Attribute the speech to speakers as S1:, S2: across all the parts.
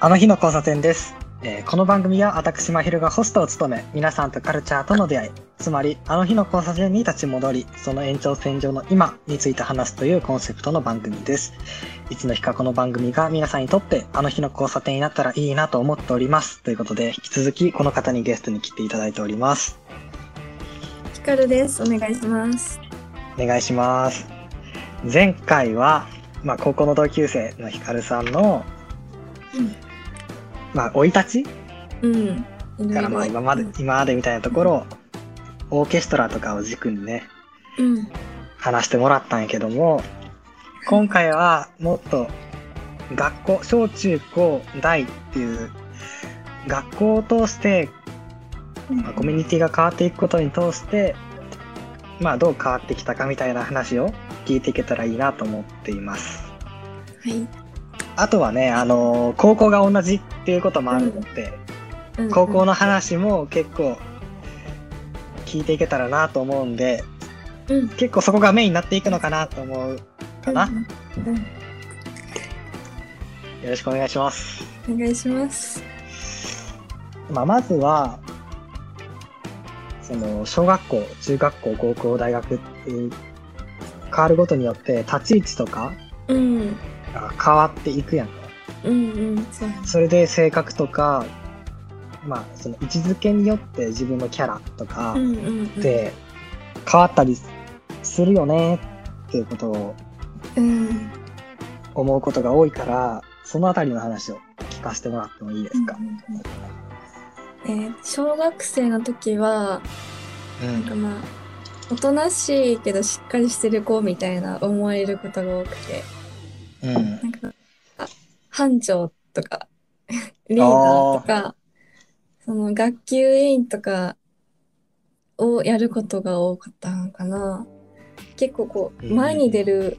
S1: あの日の交差点です、えーこの番組は私まひるがホストを務め皆さんとカルチャーとの出会いつまりあの日の交差点に立ち戻りその延長線上の今について話すというコンセプトの番組ですいつの日かこの番組が皆さんにとってあの日の交差点になったらいいなと思っておりますということで引き続きこの方にゲストに来ていただいております
S2: ヒカルです。お願いします。
S1: お願いします前回は、まあ、高校の同級生のひかるさんの
S2: うん
S1: まあ生い立ち
S2: うん。
S1: だからまあ今まで、今までみたいなところをオーケストラとかを軸にね
S2: うん。
S1: 話してもらったんやけども今回はもっと学校小中高大っていう学校を通して、まあコミュニティが変わっていくことに通してまあどう変わってきたかみたいな話を聞いていけたらいいなと思っています。
S2: はい。
S1: あとはね、あのー高校が同じっていうこともあるので、
S2: うん
S1: 高校の話も結構聞いていけたらなと思うんで、
S2: うん
S1: 結構そこがメインになっていくのかなと思うかな。
S2: うん
S1: よろしくお願いします。
S2: うんお願いします。
S1: まあ、まずは、その、小学校、中学校、高校、大学っていう変わることによって、立ち位置とか
S2: うん。
S1: が変わっていくやんか。
S2: うんうん。そうやね
S1: それで性格とか、まあ、その位置づけによって自分のキャラとか、
S2: うんうんうん。
S1: って変わったりするよねっていうことを
S2: うん。
S1: 思うことが多いからそのあたりの話を聞かせてもらってもいいですか
S2: う、んうんうんえー小学生の時は、
S1: うん
S2: なんかまあ、おとなしいけどしっかりしてる子みたいな思えることが多くて、
S1: うん
S2: なんか、あ班長とか、リーダーとか、その学級委員とかをやることが多かったのかな。結構こう、
S1: うん
S2: 前に出る、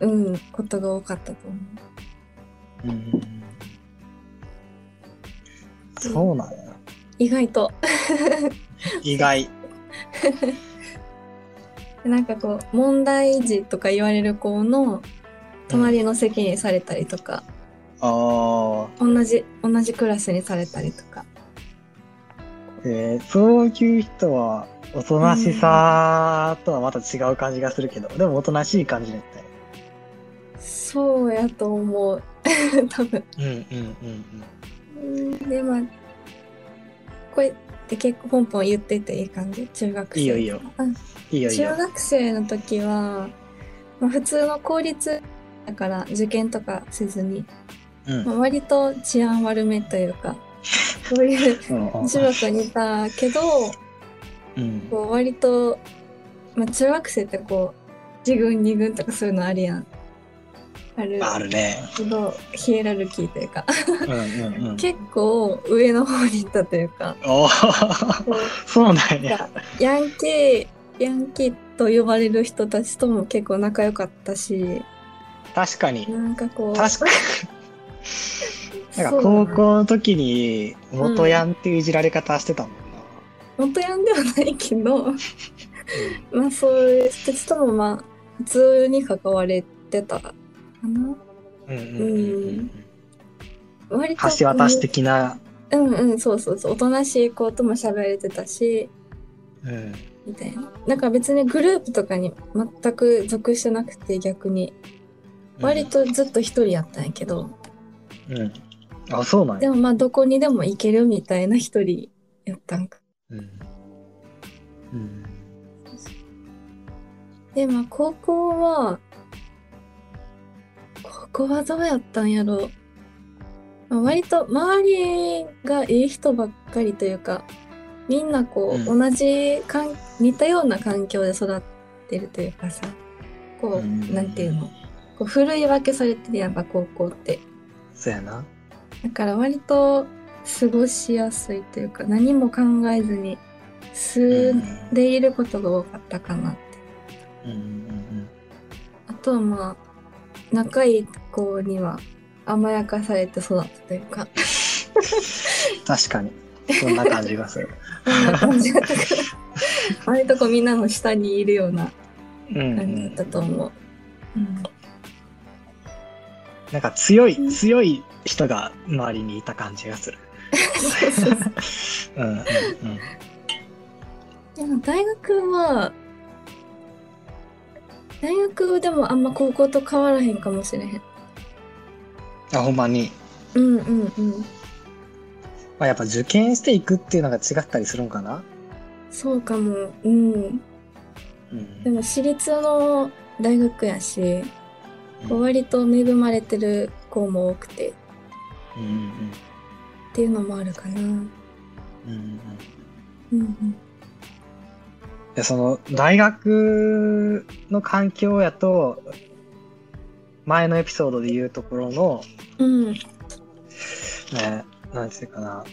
S2: うん、ことが多かったと思
S1: うん、そう
S2: う。
S1: なんや
S2: 意外と。
S1: 意外
S2: なんかこう、問題児とか言われる子の隣の席にされたりとか、
S1: ああ、
S2: 同じ、同じクラスにされたりとか。
S1: えーそういう人はおとなしさとはまた違う感じがするけど、でもおとなしい感じだったよ
S2: そうやと思う。 多分。
S1: うんうんうん
S2: うんでまあこれって結構ポンポン言ってていい感じ中学生
S1: いいよいいよ
S2: うん
S1: いいよいいよ
S2: 中学生の時は、まあ、普通の公立だから受験とかせずに、
S1: うん
S2: まあ、割と治安悪めという かそういう
S1: うん
S2: 中学にいたけど
S1: うん
S2: こう割と、まあ、中学生ってこう1軍2軍とかそういうのあるやんある
S1: あるね
S2: けどヒエラルキーというか
S1: うんうんうん
S2: 結構上の方にいったという か
S1: おー
S2: こう
S1: そうなんや
S2: なんかヤンキーヤンキーと呼ばれる人たちとも結構仲良かったし
S1: 確かに
S2: なんかこう
S1: 確かになんか
S2: そ
S1: 高
S2: う
S1: 校の時に元ヤンっていういじられ方してたもんな、
S2: 元ヤンではないけ どまあそういう人たちともまあ普通に関われてたかな
S1: うんうんうんうん
S2: うん割と
S1: 橋渡し的な、
S2: うんうんそうそうそうおとなしい子とも喋れてたし
S1: うん、
S2: みたいななんか別にグループとかに全く属してなくて逆に割、とずっと一人やったんやけど、
S1: うん、あそうなん
S2: で
S1: や、
S2: もまあどこにでも行けるみたいな一人やったんか。
S1: うんうん、
S2: でまあ高校は高校はどうやったんやろう、まあ、割と周りがいい人ばっかりというかみんなこう、
S1: うん
S2: 同じかん似たような環境で育ってるというかさこう、
S1: うん
S2: なんていうのこうふるい分けされてるやんか高校って
S1: そうやな
S2: だから割と過ごしやすいというか何も考えずに
S1: う
S2: 素
S1: ん
S2: でいることが多かったかなって
S1: うんうん
S2: あとはまあ仲いい子には甘やかされて育ったという か
S1: 確かにそんな感じがする
S2: そんな感じだったから割とこうみんなの下にいるような
S1: うん、う
S2: 感じだっ
S1: ん、
S2: たと思う、うん
S1: なんか強い強い人が周りにいた感じがする。
S2: そうそうそう
S1: うんうんうん、
S2: でも大学は大学でもあんま高校と変わらへんかもしれへん
S1: あほんまに、
S2: うんうんうん
S1: まあ、やっぱ受験していくっていうのが違ったりするんかな、
S2: そうかもうん
S1: うん、
S2: でも私立の大学やしこう
S1: い、
S2: 割と恵まれてる子も多くてっ
S1: うんうん
S2: ていうのもあるかなうん
S1: うんうん
S2: うん
S1: でその大学の環境やと前のエピソードで言うところの、
S2: うん
S1: ね、なんていうかな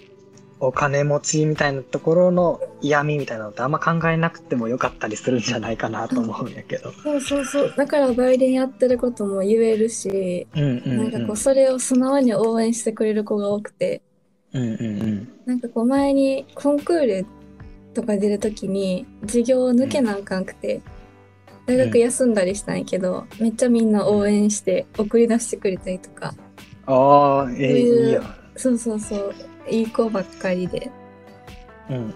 S1: お金持ちみたいなところの嫌味みたいなのってあんま考えなくてもよかったりするんじゃないかなと思うんやけど。
S2: そうそうそうだからバイオリンやってることも言えるし
S1: うんうん
S2: なんかこうそれを素直に応援してくれる子が多くて
S1: うんうんうん
S2: なんかこう前にコンクールとか出るときに授業を抜けなあかんくて、大学休んだりしたんやけど、めっちゃみんな応援して送り出してくれたりとか、
S1: ああ、えー、
S2: そういう
S1: いいよ。
S2: そうそうそういい子ばっかりで、
S1: うんうん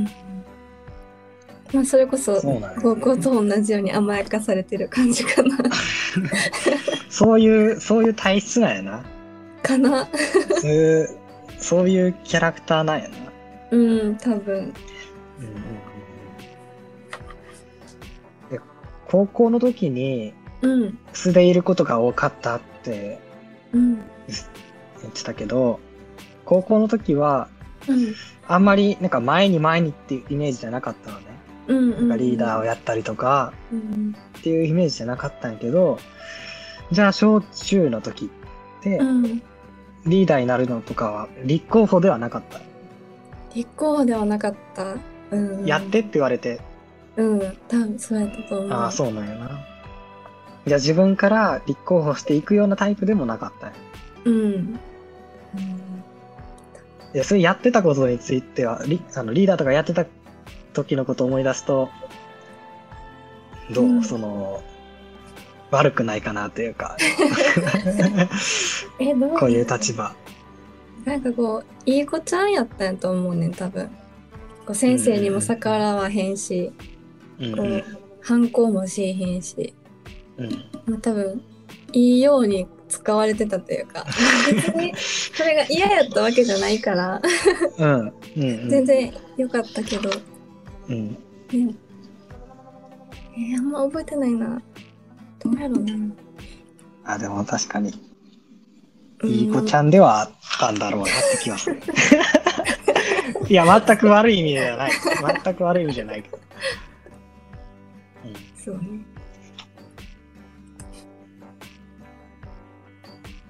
S1: うん。
S2: まあそれこそ
S1: そうなんや
S2: 高校と同じように甘やかされてる感じかな
S1: そういう、そういう体質なんやな。
S2: かな
S1: そういう、そういうキャラクターなんやな。
S2: うん多分
S1: うんうんうんうんで高校の時に
S2: うん
S1: 素でいることが多かったって
S2: うん
S1: 言ってたけど高校の時は
S2: うん
S1: あんまりなんか前に前にっていうイメージじゃなかったのね
S2: うん
S1: なんかリーダーをやったりとか
S2: うん
S1: っていうイメージじゃなかったんやけどじゃあ小中の時って
S2: うん
S1: リーダーになるのとかは立候補ではなかった、
S2: 立候補ではなかった、うん、
S1: やってって言われて
S2: うん多分そうやったと思う
S1: ああそうなんやなじゃあ自分から立候補していくようなタイプでもなかったんや
S2: うん
S1: いやそれやってたことについてはリあのリーダーとかやってた時のことを思い出すとどう、
S2: うん
S1: その悪くないかなという か
S2: えどう
S1: こういう立場
S2: なんかこういい子ちゃんやったんやと思うねん多分こう先生にも逆らわへんし、
S1: うん
S2: こ
S1: う
S2: うん反抗もしへんし、
S1: うん
S2: まあ、多分いいように使われてたというか別にそれが嫌やったわけじゃないから
S1: うんうん
S2: 全然良かったけど、
S1: うん
S2: ねえーあんま覚えてないなどうやろうな
S1: あでも確かに
S2: う
S1: いい子ちゃ
S2: ん
S1: んではあったんだろうなって気がする いや全く悪い意味ではない全く悪い意味じゃないけど、うん
S2: そうね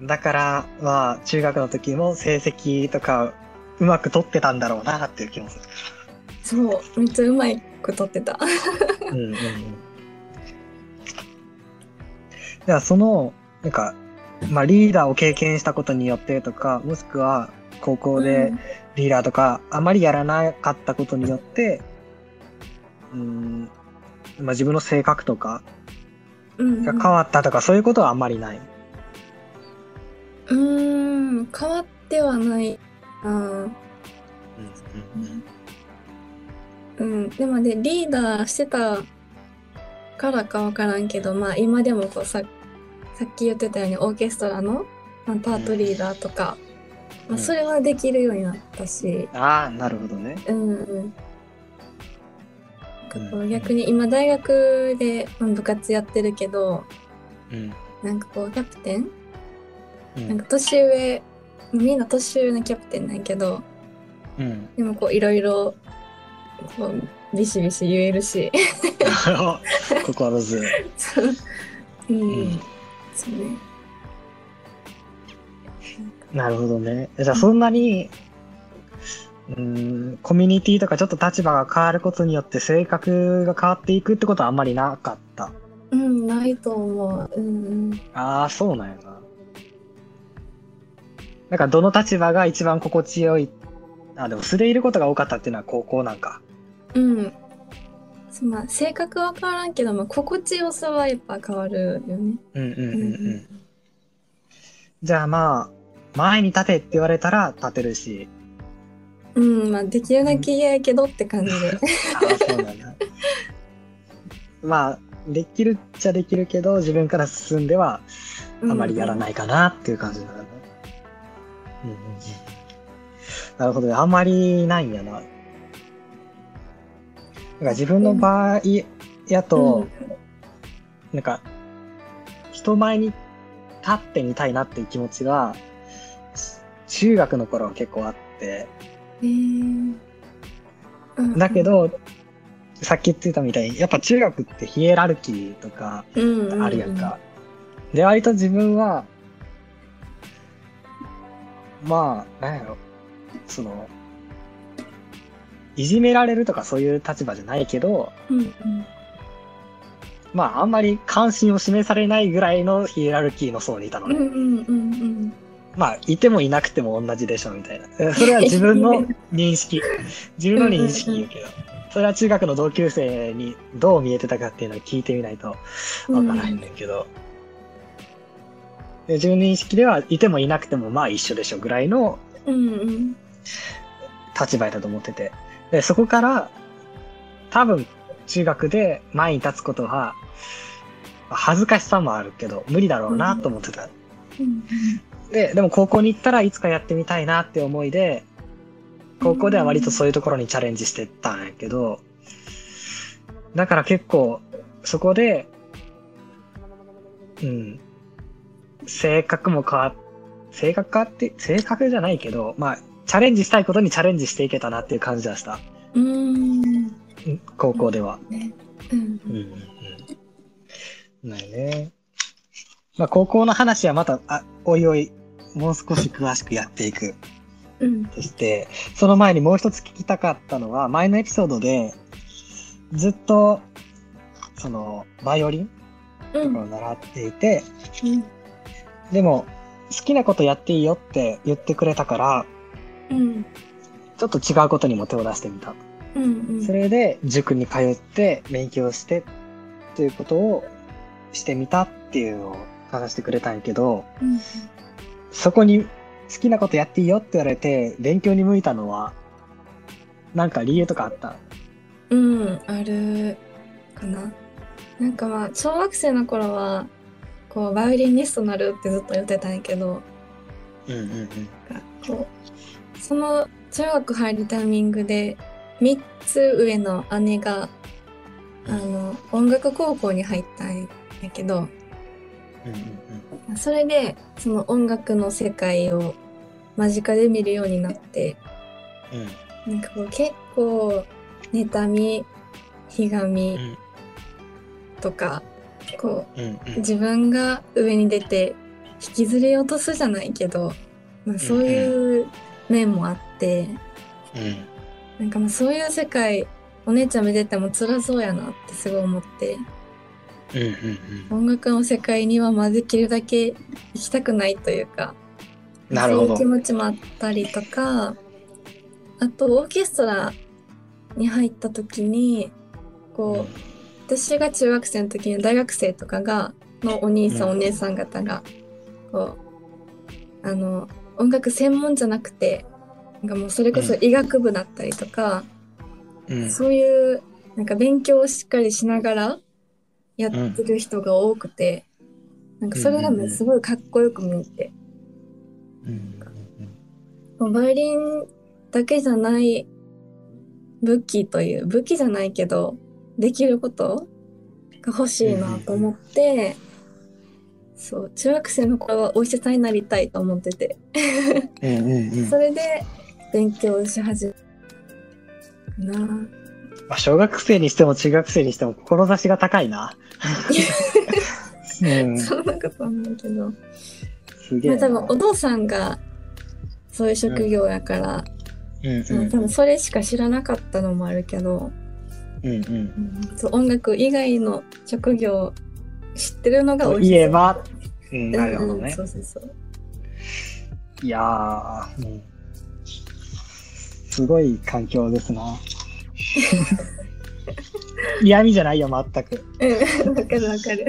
S1: だから、まあ、中学の時も成績とか、うまく取ってたんだろうなっていう気もする。
S2: そうめっちゃうまい子撮ってた
S1: うんうんうん。じゃあ、その、なんか、まあ、リーダーを経験したことによってとか、もしくは、高校でリーダーとか、あまりやらなかったことによって、うん、まあ、自分の性格とか
S2: うん、うん
S1: が変わったとか、そういうことはあんまりない。
S2: うーん、変わってはないな。
S1: うん
S2: うん、でもね、リーダーしてたからかわからんけど、まあ今でもこうさ、さっき言ってたようにオーケストラの、まあ、パートリーダーとか、
S1: うん
S2: まあそれはできるようになったし、
S1: ああ、なるほどね。
S2: うんうん。なんかこ
S1: う
S2: うん逆に今大学でまあ部活やってるけど、
S1: うん。
S2: なんかこうキャプテン
S1: う
S2: なん
S1: ん。
S2: か年上、みんな年上のキャプテンなんやけど、
S1: うん、
S2: でもこういろいろこうビシビシ言えるし、
S1: 心強い。
S2: そううん、
S1: うん
S2: そうね。
S1: なるほどね。じゃあそんなに、うーん、コミュニティとかちょっと立場が変わることによって性格が変わっていくってことはあんまりなかった。
S2: うん、ないと思う。うんうん。
S1: ああ、そうなんやな。なんかどの立場が一番心地よい、あ、でも素でいることが多かったっていうのは高校なんか。
S2: うん。そうまあ、性格は変わらんけど、まあ、心地よさはやっぱ変わる
S1: う
S2: よね。
S1: んうんうんう
S2: うん
S1: ん。じゃあまあ、前に立てって言われたら立てるし、
S2: うん、まあ、できるだけ嫌やけどって感じ
S1: あ
S2: で。
S1: あ、そうなんだ。まあ、できるっちゃできるけど、自分から進んではあまりやら
S2: い。
S1: ないかなっていう感じなのね。うんうんうんなるほどね。あんまりないんやな。なんか自分の場合やと、なんか、人前に立ってみたいなっていう気持ちが、中学の頃は結構あって、
S2: えーうん
S1: だけ、ど、さっき言ってたみたいに、やっぱ中学ってヒエラルキーとか
S2: うんう
S1: あるやんか。。で、割と自分は、まあ、なんやろ、その、いじめられるとかそういう立場じゃないけど、
S2: うんうん、
S1: まあ、あんまり関心を示されないぐらいのヒエラルキーの層にいたの
S2: う
S1: ね。
S2: んうんうんうん。
S1: まあ、いてもいなくても同じでしょ、みたいな。 えそれは自分の認識。自分の認識やけど。それは中学の同級生にどう見えてたかっていうのを聞いてみないとわからへんねんけど。で自分の認識ではいてもいなくてもまあ一緒でしょぐらいの
S2: うんうん。
S1: 立場だと思ってて。で、そこから多分中学で前に立つことは恥ずかしさもあるけど無理だろうなと思ってた。
S2: うん
S1: で、でも高校に行ったらいつかやってみたいなって思いで、高校では割とそういうところにチャレンジしてったんやけど、だから結構そこで、うん、性格も変わっ、性格変わって、性格じゃないけど、まあ、チャレンジしたいことにチャレンジしていけたなっていう感じはした。
S2: うん。
S1: うん高校では。
S2: ねうん
S1: うんうんうん。ないね。まあ、高校の話はまた、あ、おいおい、もう少し詳しくやっていく
S2: うん
S1: として、その前にもう一つ聞きたかったのは、前のエピソードで、ずっと、その、バイオリン
S2: う
S1: と
S2: ん
S1: かを習っていて、
S2: うん
S1: でも、好きなことやっていいよって言ってくれたから、
S2: うん
S1: ちょっと違うことにも手を出してみた。
S2: うん
S1: それで、塾に通って、勉強して、っていうことをしてみたっていうのを話してくれたんやけど、
S2: うん
S1: そこに好きなことやっていいよって言われて、勉強に向いたのは、なんか理由とかあった
S2: うん、あるかな。なんかまあ、小学生の頃は、こう、バイオリニストになるってずっと言ってたんやけど、
S1: うんうんうん。
S2: なんかこう、その中学入るタイミングで、3つ上の姉が、あの、音楽高校に入ったんやけ
S1: う
S2: ど、
S1: んうん
S2: それで、その音楽の世界を間近で見るようになって、
S1: うん。
S2: なんかこう結構妬みひがみ
S1: うん
S2: とか、こ
S1: うん
S2: う自分が上に出て引きずり落とすじゃないけど、まあ、そういう面もあって
S1: うん。
S2: なんかまあそういう世界お姉ちゃん見てても辛そうやなってすごい思って
S1: うんうん
S2: 音楽の世界にはまあできるだけ行きたくないというか
S1: うん。なるほど。
S2: そういう気持ちもあったりとかあとオーケストラに入った時にこう、私が中学生の時に大学生とかがのお兄さん、
S1: うん
S2: お姉さん方がこうあの音楽専門じゃなくてなんかもうそれこそ医学部だったりとか、
S1: うん
S2: そういうなんか勉強をしっかりしながらやってる人が多くて、なんかそれが
S1: うんうんう
S2: ね
S1: ん
S2: すごいかっこよく見えて、
S1: うん
S2: もうバイオリンだけじゃない武器という武器じゃないけどできることが欲しいなと思って、そう中学生の頃はお医者さんになりたいと思ってて
S1: うんうんうんうん
S2: それで勉強し始めたかな。
S1: まあ小学生にしても中学生にしても志が高いな。うん、す
S2: そんなことはないけど、
S1: げ
S2: ま
S1: え
S2: あ、多分
S1: な。
S2: お父さんがそういう職業やから、
S1: うんうん
S2: その多分それしか知らなかったのもあるけど。
S1: うんうん
S2: そう音楽以外の職業を知ってるのが
S1: と
S2: お医者さん
S1: 言えば、うん、なるほど
S2: うんうん
S1: ね
S2: そ。うそうそう。
S1: いやー、うんすごい環境です な。嫌味じゃないよ、全く。
S2: うん、わかるわかる。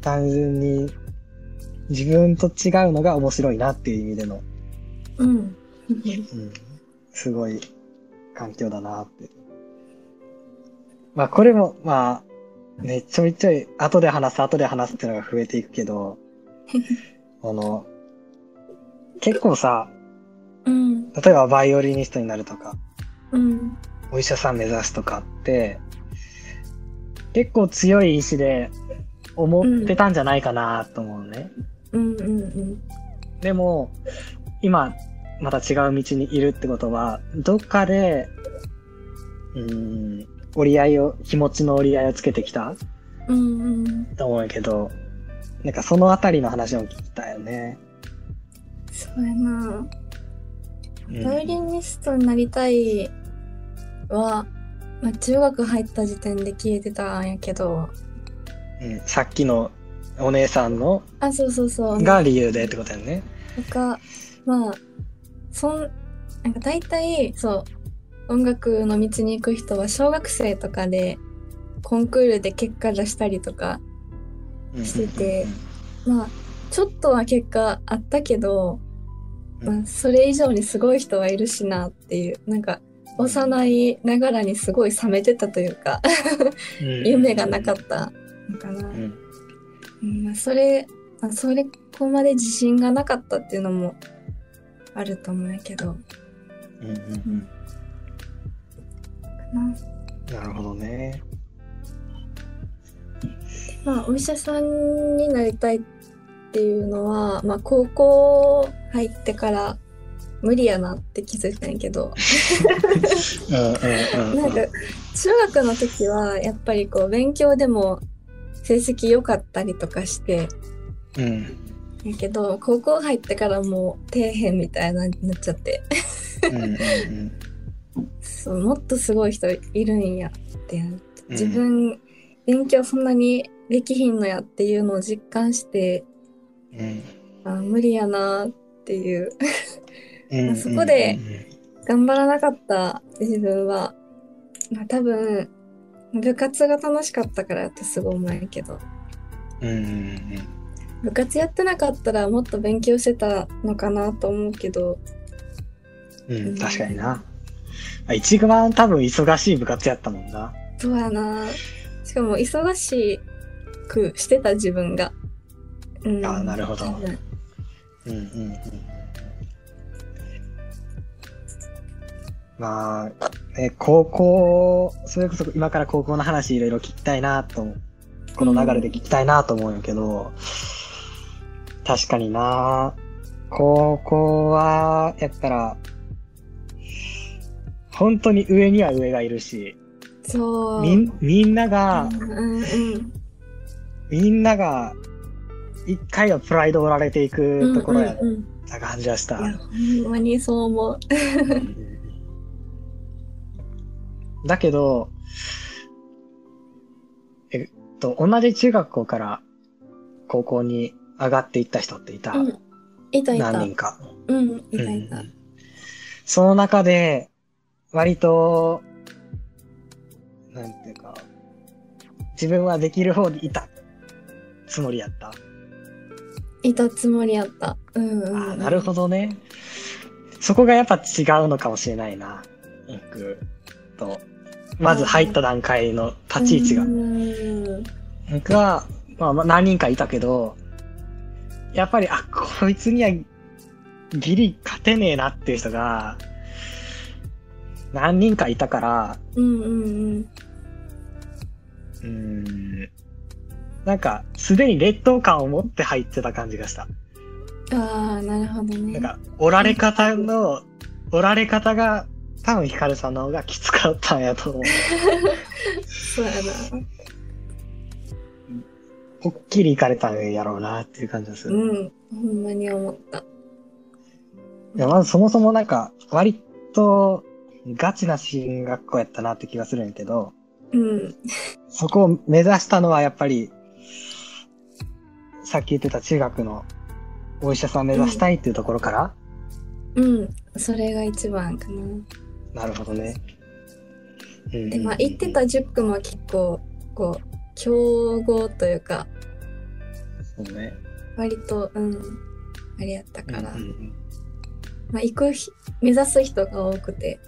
S1: 単純に自分と違うのが面白いなっていう意味での、
S2: うん。
S1: うん、すごい環境だなって。まあこれも、まあ、ね、ちょいちょい後で話す、後で話すっていうのが増えていくけど、あの、結構さ、
S2: うん。
S1: 例えばバイオリニストになるとか、
S2: うん。
S1: お医者さん目指すとかって、結構強い意志で思ってたんじゃないかなと思うね。
S2: うん。うん。
S1: でも、今、また違う道にいるってことは、どっかで、うーん、折り合いを、気持ちの折り合いをつけてきた
S2: うん。うん。
S1: と思うけど、なんかそのあたりの話を聞きたいよね。
S2: そうやな。
S1: うん
S2: バイオリニストになりたいは、まあ、中学入った時点で消えてたんやけど
S1: うんさっきのお姉さんの
S2: あそうそうそう
S1: が理由でってことやね。
S2: とかまあそんなんか大体そう音楽の道に行く人は小学生とかでコンクールで結果出したりとか
S1: うん
S2: しててまあちょっとは結果あったけど、まあ、それ以上にすごい人はいるしなっていうなんか幼いながらにすごい冷めてたというか夢がなかったのかな、
S1: うんうん
S2: うんまあ、それあそれここまで自信がなかったっていうのもあると思うんやけど
S1: うんうんうん
S2: かな
S1: なるほどね。
S2: まあお医者さんになりたいっていうのは、まあ、高校入ってから無理やなって気づいたんや けど
S1: うんうん
S2: なんか中学の時はやっぱりこう勉強でも成績良かったりとかして
S1: うん
S2: やけど高校入ってからもう底辺みたいなになっちゃって
S1: うんうんうん
S2: そうもっとすごい人いるんやってなって
S1: うん
S2: 自分勉強そんなにできひんのやっていうのを実感して
S1: うん
S2: あ無理やなっていう
S1: うんうん
S2: そこで頑張らなかった自分は、まあ、多分部活が楽しかったからやってすごい思うんやけど
S1: うんうんうん
S2: 部活やってなかったらもっと勉強してたのかなと思うけど
S1: うんうん確かにな。あ一番多分忙しい部活やったもんな。
S2: どうやなしかも忙しくしてた自分が、うん、
S1: あーなるほど
S2: 多分
S1: うんうんうんうんまあ、ね、高校、それこそ今から高校の話いろいろ聞きたいなと、この流れで聞きたいなと思うんやけど、確かにな高校は、やったら、本当に上には上がいるし、
S2: そう
S1: みん、みんなが、
S2: うんうん
S1: みんなが、一回はプライドを折られてい
S2: うん
S1: くところやっ
S2: うんうん
S1: た感じはした。
S2: いやほんまにそう思う。
S1: だけど、えっと、同じ中学校から高校に上がっていった人っていた、
S2: うん、いたいた。
S1: 何人か。
S2: うん、い
S1: うん
S2: たいた。
S1: その中で、割と、なんていうか、自分はできる方にいたつもりやった。
S2: いたつもりやった。うん、うん。
S1: ああ、なるほどね。そこがやっぱ違うのかもしれないな。僕と。まず入った段階の立ち位置が
S2: う。ん。
S1: 僕は、まあ、まあ何人かいたけど、やっぱり、あ、こいつにはギリ勝てねえなっていう人が、何人かいたから、
S2: うんうん
S1: うーん、なんか、すでに劣等感を持って入ってた感じがした。
S2: うん。ああ、なるほどね。
S1: なんか、おられ方の、おられ方が、多分ヒカルさんの方がきつかったんやと思う。
S2: そうやな。
S1: ぽっきりいかれたんやろうなっていう感じがする。
S2: うん。ほんまに思った。
S1: いや、まずそもそもなんか、割と、ガチな進学校やったなって気がするんやけど、
S2: うん。
S1: そこを目指したのはやっぱり、さっき言ってた中学のお医者さん目指したいっていうところから、
S2: うん。それが一番かな。
S1: なるほどね。
S2: で、
S1: で
S2: まあ、行ってた塾も結構、こう、強豪というか、
S1: そうね。
S2: 割と、うん、あれやった
S1: うん
S2: か
S1: う
S2: ら、
S1: ん
S2: まあ、行くひ目指す人が多くて、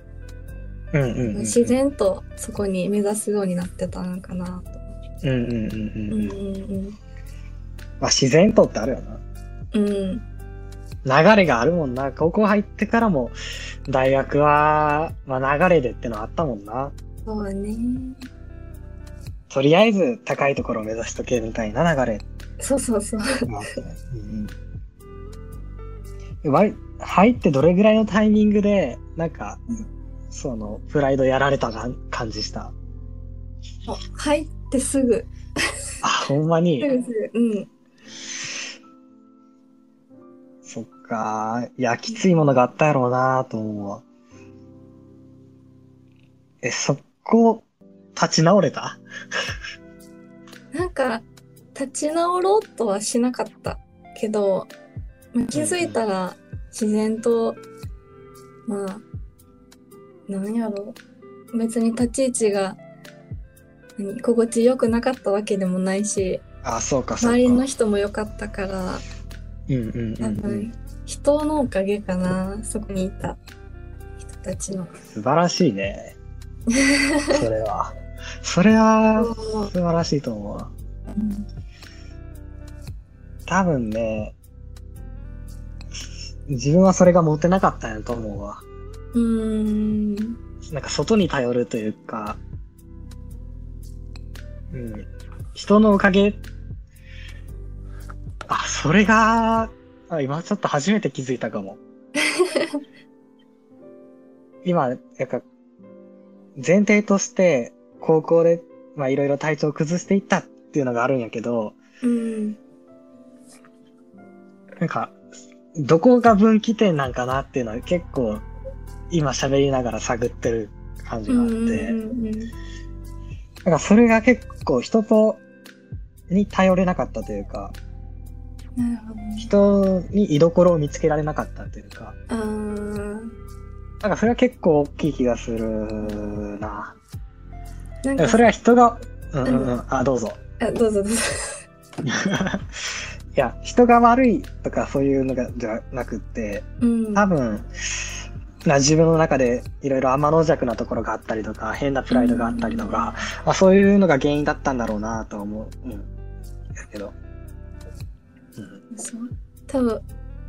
S1: うんうんうんうん
S2: 自然とそこに目指すようになってたのかなと。
S1: うんうんうん
S2: う
S1: うん
S2: ん
S1: う
S2: うんん
S1: まあ自然とってあるよな
S2: うん。うん
S1: 流れがあるもんな高校入ってからも大学は、まあ、流れでってのあったもんな
S2: そうだね。
S1: とりあえず高いところを目指しとけみたいな流れ
S2: そうそうそう。
S1: があったねうんうんわい入ってどれぐらいのタイミングでなんか
S2: うん
S1: そのプライドやられたが感じした
S2: もう入ってすぐ、
S1: あほんますに
S2: ぐすぐ。うん。
S1: そっか。いや、きついものがあったやろうなと思うわ。え、そこ、立ち直れた
S2: なんか、立ち直ろうとはしなかったけど、まあ気づいたら自然と、まあ、なんやろう。別に立ち位置が、何心地よくなかったわけでもないし、
S1: あ、そうか、そうか。
S2: 周りの人も良かったから、
S1: うんうんうんう
S2: 多
S1: ん
S2: 分。人のおかげかな、そこにいた人たちの。
S1: 素晴らしい ね。それは。それは、素晴らしいと思うわ。多分ね、自分はそれが持てなかったんやと思うわ。
S2: うーん。
S1: なんか外に頼るというか、うん、人のおかげ、あ、それが、あ今ちょっと初めて気づいたか も。今、なんか、前提として、高校で、まあいろいろ体調を崩していったっていうのがあるんやけど、
S2: うん。
S1: なんか、どこが分岐点なんかなっていうのは結構、今喋りながら探ってる感じ
S2: う
S1: があっ
S2: ん
S1: て、
S2: うんうん。
S1: なんかそれが結構人と、に頼れなかったというか、
S2: なるほどね。
S1: 人に居所を見つけられなかったというか、
S2: あー
S1: なんかそれは結構大きい気がするな。
S2: な
S1: な
S2: ん
S1: ん
S2: か
S1: かそれは人が、うんうんうん、あ、どうぞ。
S2: あどうぞどうぞ。
S1: いや、人が悪いとかそういうのがじゃなくって、
S2: うん。
S1: 多分、な自分の中でいろいろ天の弱なところがあったりとか、変なプライドがあったりとか、まあ、そういうのが原因だったんだろうなとは思う。うん。だけど。うん
S2: そう。多分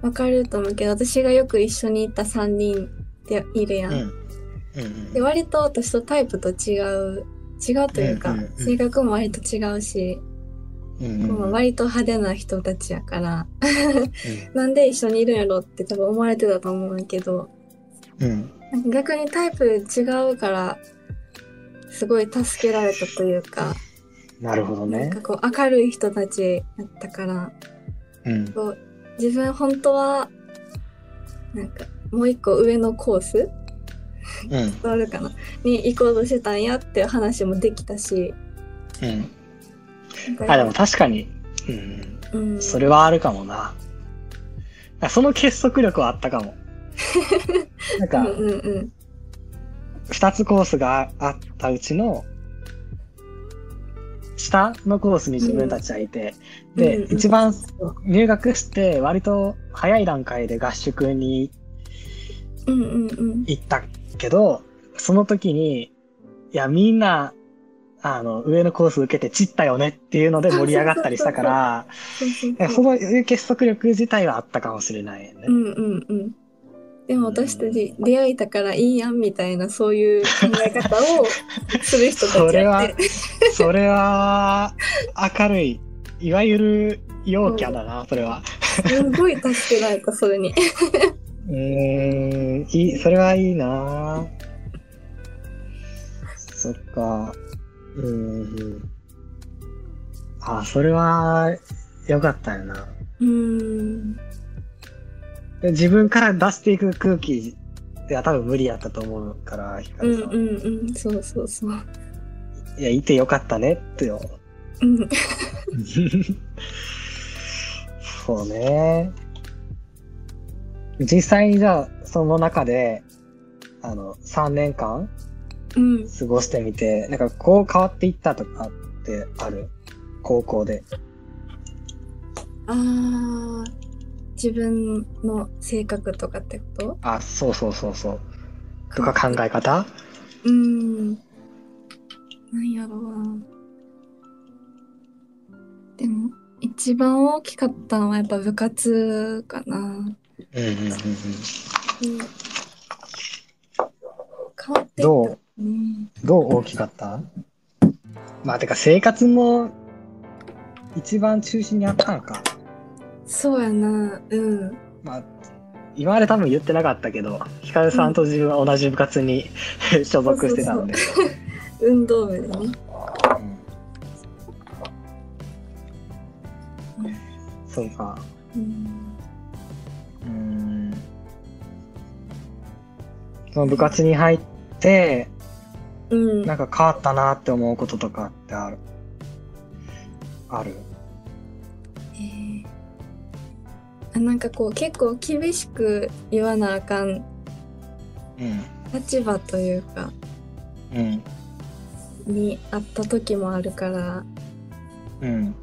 S2: わかると思うけど、私がよく一緒に行った三人でいるやん。
S1: うんうん
S2: で割と私とタイプと違う。違うというか、
S1: うんうんうん
S2: 性格も割と違うし、
S1: うんうん
S2: もう割と派手な人たちやから、
S1: う
S2: なんで一緒にいるんやろって多分思われてたと思うんやけど、
S1: んうん
S2: なんか逆にタイプ違うから、すごい助けられたというか、
S1: なるほど
S2: なん
S1: ね
S2: か。こう明るい人たちやったから、
S1: うん
S2: こう自分本当は、なんかもう一個上のコース
S1: うん
S2: あるかなに行こうとしてたんやっていう話もできたし、
S1: うん。
S2: なんか
S1: あでも確かに、うん、
S2: うん、
S1: それはあるかもな。あその結束力はあったかも。なん
S2: うん
S1: か
S2: うんうん
S1: 二つコースがあったうちの下のコースに自分たちはいて、
S2: うん
S1: で、
S2: うんうん
S1: 一番入学して割と早い段階で合宿に
S2: うんうんうん
S1: 行ったけど、その時に、いや、みんな、あの、上のコース受けて散ったよねっていうので盛り上がったりしたから、
S2: そうそう
S1: いや
S2: そ
S1: そうの結束力自体はあったかもしれないよね
S2: う。んうんうんでも私たち出会えたからいいやんみたいなそういう考え方 をする人
S1: そ
S2: たち
S1: れ
S2: や
S1: は
S2: って、
S1: それは、明るい、いわゆる陽キャだな、それは。
S2: すごい助けられたそれに
S1: うーん、いい、それはいいなそっか。うーん。あ、それは、良かったよな。
S2: うん
S1: で自分から出していく空気は多分無理やったと思うから、ヒカ
S2: うん
S1: ルさ。
S2: うんんうんそうそうそう
S1: いや、いてよかったねってよ。
S2: うん
S1: そうね。実際にじゃあ、その中で、あの、3年間
S2: うん
S1: 過ごしてみて、なんかこう変わっていったとかってある高校で。
S2: あー自分の性格とかってこと
S1: あ、そうそうそうそう。とか考え方
S2: うーん。なんやろうな。でも、一番大きかったのはやっぱ部活かな。
S1: うんうんうんうん。
S2: うん変わってい
S1: ど
S2: った
S1: う
S2: ね。
S1: どう大きかったまあ、てか生活も一番中心にあったのか。
S2: そうやな。うん。
S1: まあ、今まで多分言ってなかったけど、ヒカルさんと自分は同じ部活に所属してたんで。
S2: 運動部でね。
S1: うんそうか。
S2: うん。
S1: うん。その部活に入って、
S2: うん
S1: なんか変わったなって思うこととかってあるある
S2: えーあなんかこう結構厳しく言わなあかん
S1: うん。
S2: 立場というか
S1: うん。
S2: にあった時もあるから
S1: うん。
S2: なん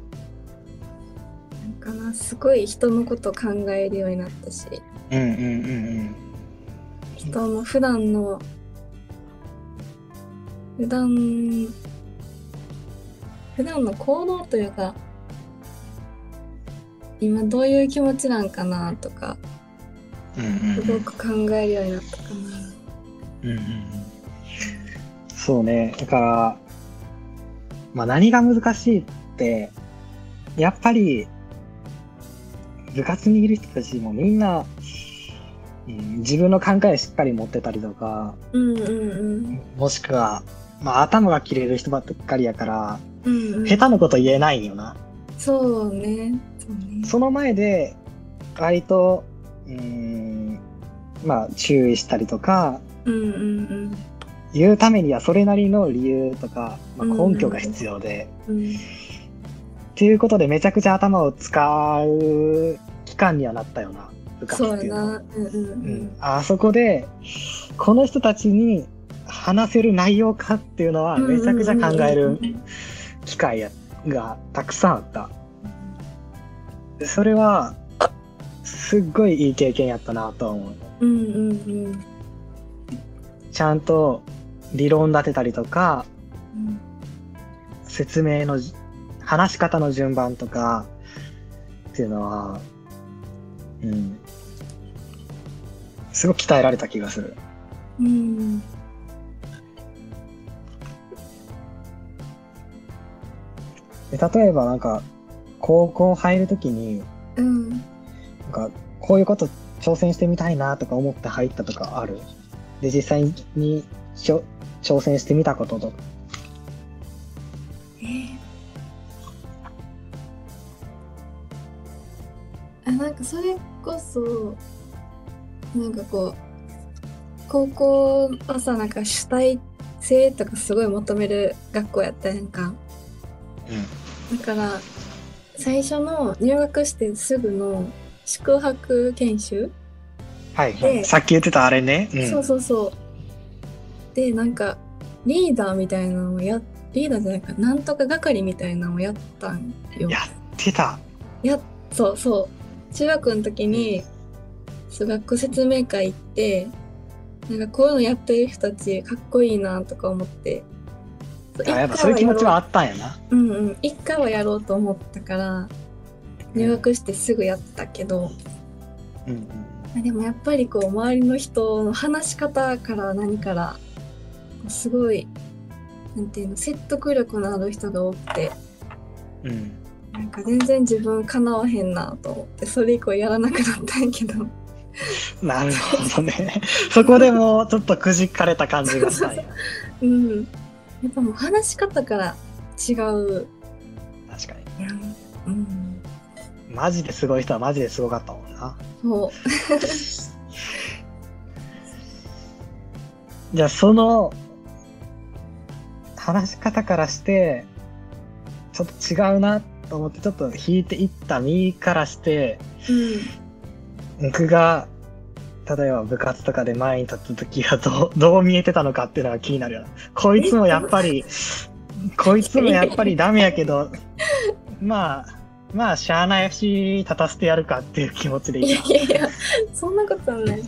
S2: かなすごい人のこと考えるようになったし
S1: うんうんうん
S2: 人の普段の普段普段の行動というか今どういう気持ちなんかなとか
S1: うん。うん
S2: すごく考えるようになったかな。
S1: うんうんうんそうね。だから、まあ何が難しいって、やっぱり、部活にいる人たちもみんな、うん自分の考えをしっかり持ってたりとか、
S2: うんうんうん
S1: もしくは、まあ頭が切れる人ばっかりやから、
S2: うんうん
S1: 下手なこと言えないんよな。
S2: そうね。そうね。
S1: その前で、割と、うーん、まあ、注意したりとか、
S2: うんうん
S1: 言うためにはそれなりの理由とか、まあ、
S2: うん
S1: 根拠が必要で、
S2: うん。うん、
S1: っていうことでめちゃくちゃ頭を使う期間にはなったよな、部活
S2: そ
S1: っ
S2: う
S1: てい
S2: や
S1: うのは
S2: な。うん
S1: う
S2: う
S1: んん、あそこで、この人たちに話せる内容かっていうのは、
S2: うん。
S1: めちゃくちゃ考え
S2: う
S1: る
S2: んうん
S1: 機会やがたくさんあった。それは、すっごいいい経験やったなとは思う。
S2: うんうんうんうん
S1: ちゃんと理論立てたりとか、
S2: うん
S1: 説明のじ話し方の順番とかっていうのは、うん、すごく鍛えられた気がする。
S2: うん
S1: で例えばなんか高校入るときに
S2: うん
S1: なんかこういうこと挑戦してみたいなとか思って入ったとかある。で実際にしょ挑戦してみたこととか。
S2: えーあなんかそれこそなんかこう高校はさなんか主体性とかすごい求める学校やったやんか。だから最初の入学してすぐの宿泊研修、
S1: はい、
S2: で
S1: さっき言ってたあれね。うん
S2: そうそうそうでなんかリーダーみたいなのをやリーダーじゃないかなんとか係みたいなのをやったんよ
S1: やってた。
S2: そうそう中学の時に、そう学校説明会行ってなんかこういうのやってる人たちかっこいいなとか思ってそう
S1: あやっぱそういう気持ちはあったんやな。
S2: うんうん一回はやろうと思ったから入学してすぐやったけど、
S1: うんうん
S2: あでもやっぱりこう周りの人の話し方から何からすごいなんていうの説得力のある人が多くて
S1: うんうん
S2: なんか全然自分かなわへんなと思ってそれ以降やらなくなったんやけど
S1: なるほどね。 そこでもうちょっとくじかれた感じがしたんや。
S2: うんやっぱもう話し方から違う
S1: 確かに。
S2: やんうん
S1: マジですごい人はマジですごかったもんな。
S2: そう
S1: じゃあその話し方からして、ちょっと違うなと思ってちょっと引いていった身からして、
S2: うん
S1: 僕が例えば部活とかで前に立った時はどう どう見えてたのかっていうのが気になるよな。こいつもやっぱり、こいつもやっぱりダメやけど、まあ、まあ、しゃあないし、立たせてやるかっていう気持ちでい
S2: い
S1: い
S2: や
S1: ない
S2: やいや、そんなことはない。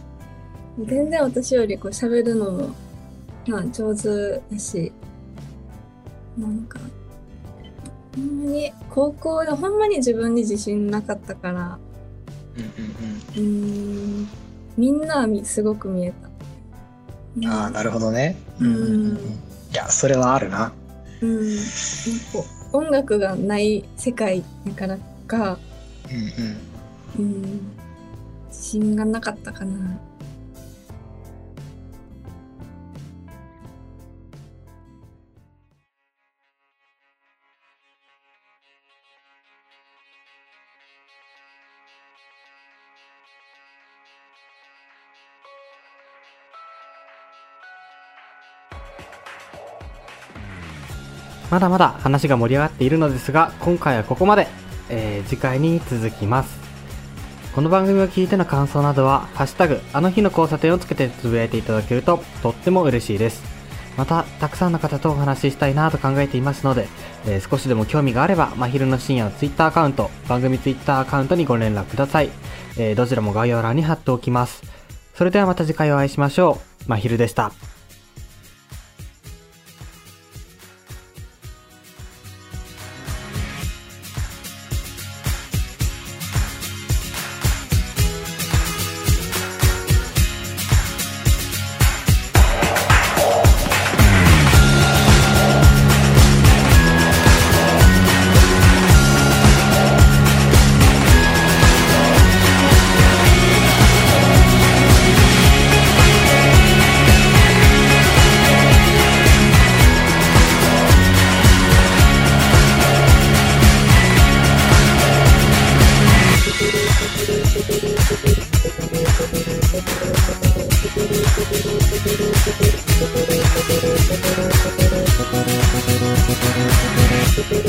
S2: 全然私よりこう喋るのも、まあ、上手だし、なんか、ほんまに、高校でほんまに自分に自信なかったから、
S1: うんうん
S2: うーん、みんなはみすごく見えた。
S1: うんああ、なるほどね。
S2: うん
S1: いや、それはあるな。
S2: うん、なんかこう音楽がない世界だからか、
S1: うんうん。
S2: うん、自信がなかったかな。
S3: まだまだ話が盛り上がっているのですが、今回はここまで。えー次回に続きます。この番組を聞いての感想などは、ハッシュタグ、あの日の交差点をつけてつぶやいていただけると、とっても嬉しいです。また、たくさんの方とお話ししたいなと考えていますので、えー少しでも興味があれば、まひるの深夜の Twitter アカウント、番組 Twitter アカウントにご連絡ください。えーどちらも概要欄に貼っておきます。それではまた次回お会いしましょう。まひるでした。
S4: 「